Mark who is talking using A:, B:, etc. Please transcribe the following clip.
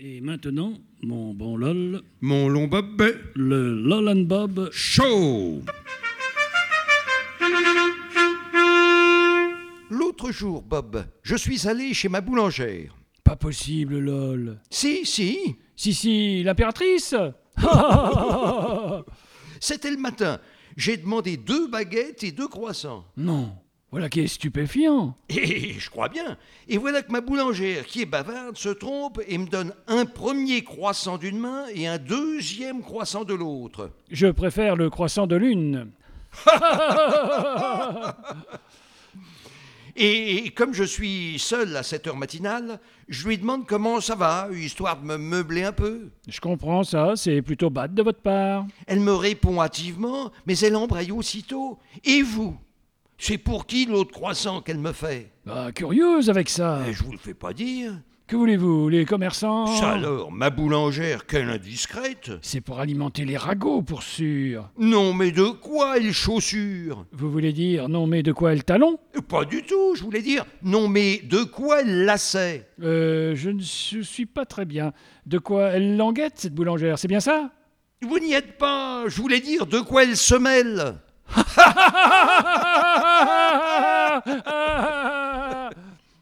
A: Et maintenant, mon bon LOL,
B: Mon long bob
A: le LOL and Bob.
B: chaud.
C: L'autre jour, Bob, je suis allé chez ma boulangère.
A: Pas possible, LOL.
C: Si, si,
A: Si, si, l'impératrice
C: c'était le matin. J'ai demandé deux baguettes et deux croissants.
A: Non, voilà qui est stupéfiant.
C: Et je crois bien. Et voilà que ma boulangère, qui est bavarde, se trompe et me donne un premier croissant d'une main et un deuxième croissant de l'autre.
A: Je préfère le croissant de lune.
C: Et, et comme je suis seul à cette heure matinale, je lui demande comment ça va, histoire de me meubler un peu.
A: Je comprends ça, c'est plutôt bad de votre part.
C: Elle me répond hâtivement, mais elle embraye aussitôt. Et vous C'est pour qui l'autre croissant qu'elle me fait
A: Bah, curieuse avec ça.
C: Eh, Je vous le fais pas dire.
A: Que voulez-vous, les commerçants
C: Ça alors, ma boulangère, quelle indiscrète
A: C'est pour alimenter les ragots, pour sûr.
C: Non, mais de quoi elle chaussure
A: Vous voulez dire, non mais de quoi le talon
C: Pas du tout, je voulais dire. Non, mais de quoi elle lassait
A: Euh, je ne su- suis pas très bien. De quoi elle languette, cette boulangère, c'est bien ça
C: Vous n'y êtes pas, je voulais dire de quoi elle se mêle.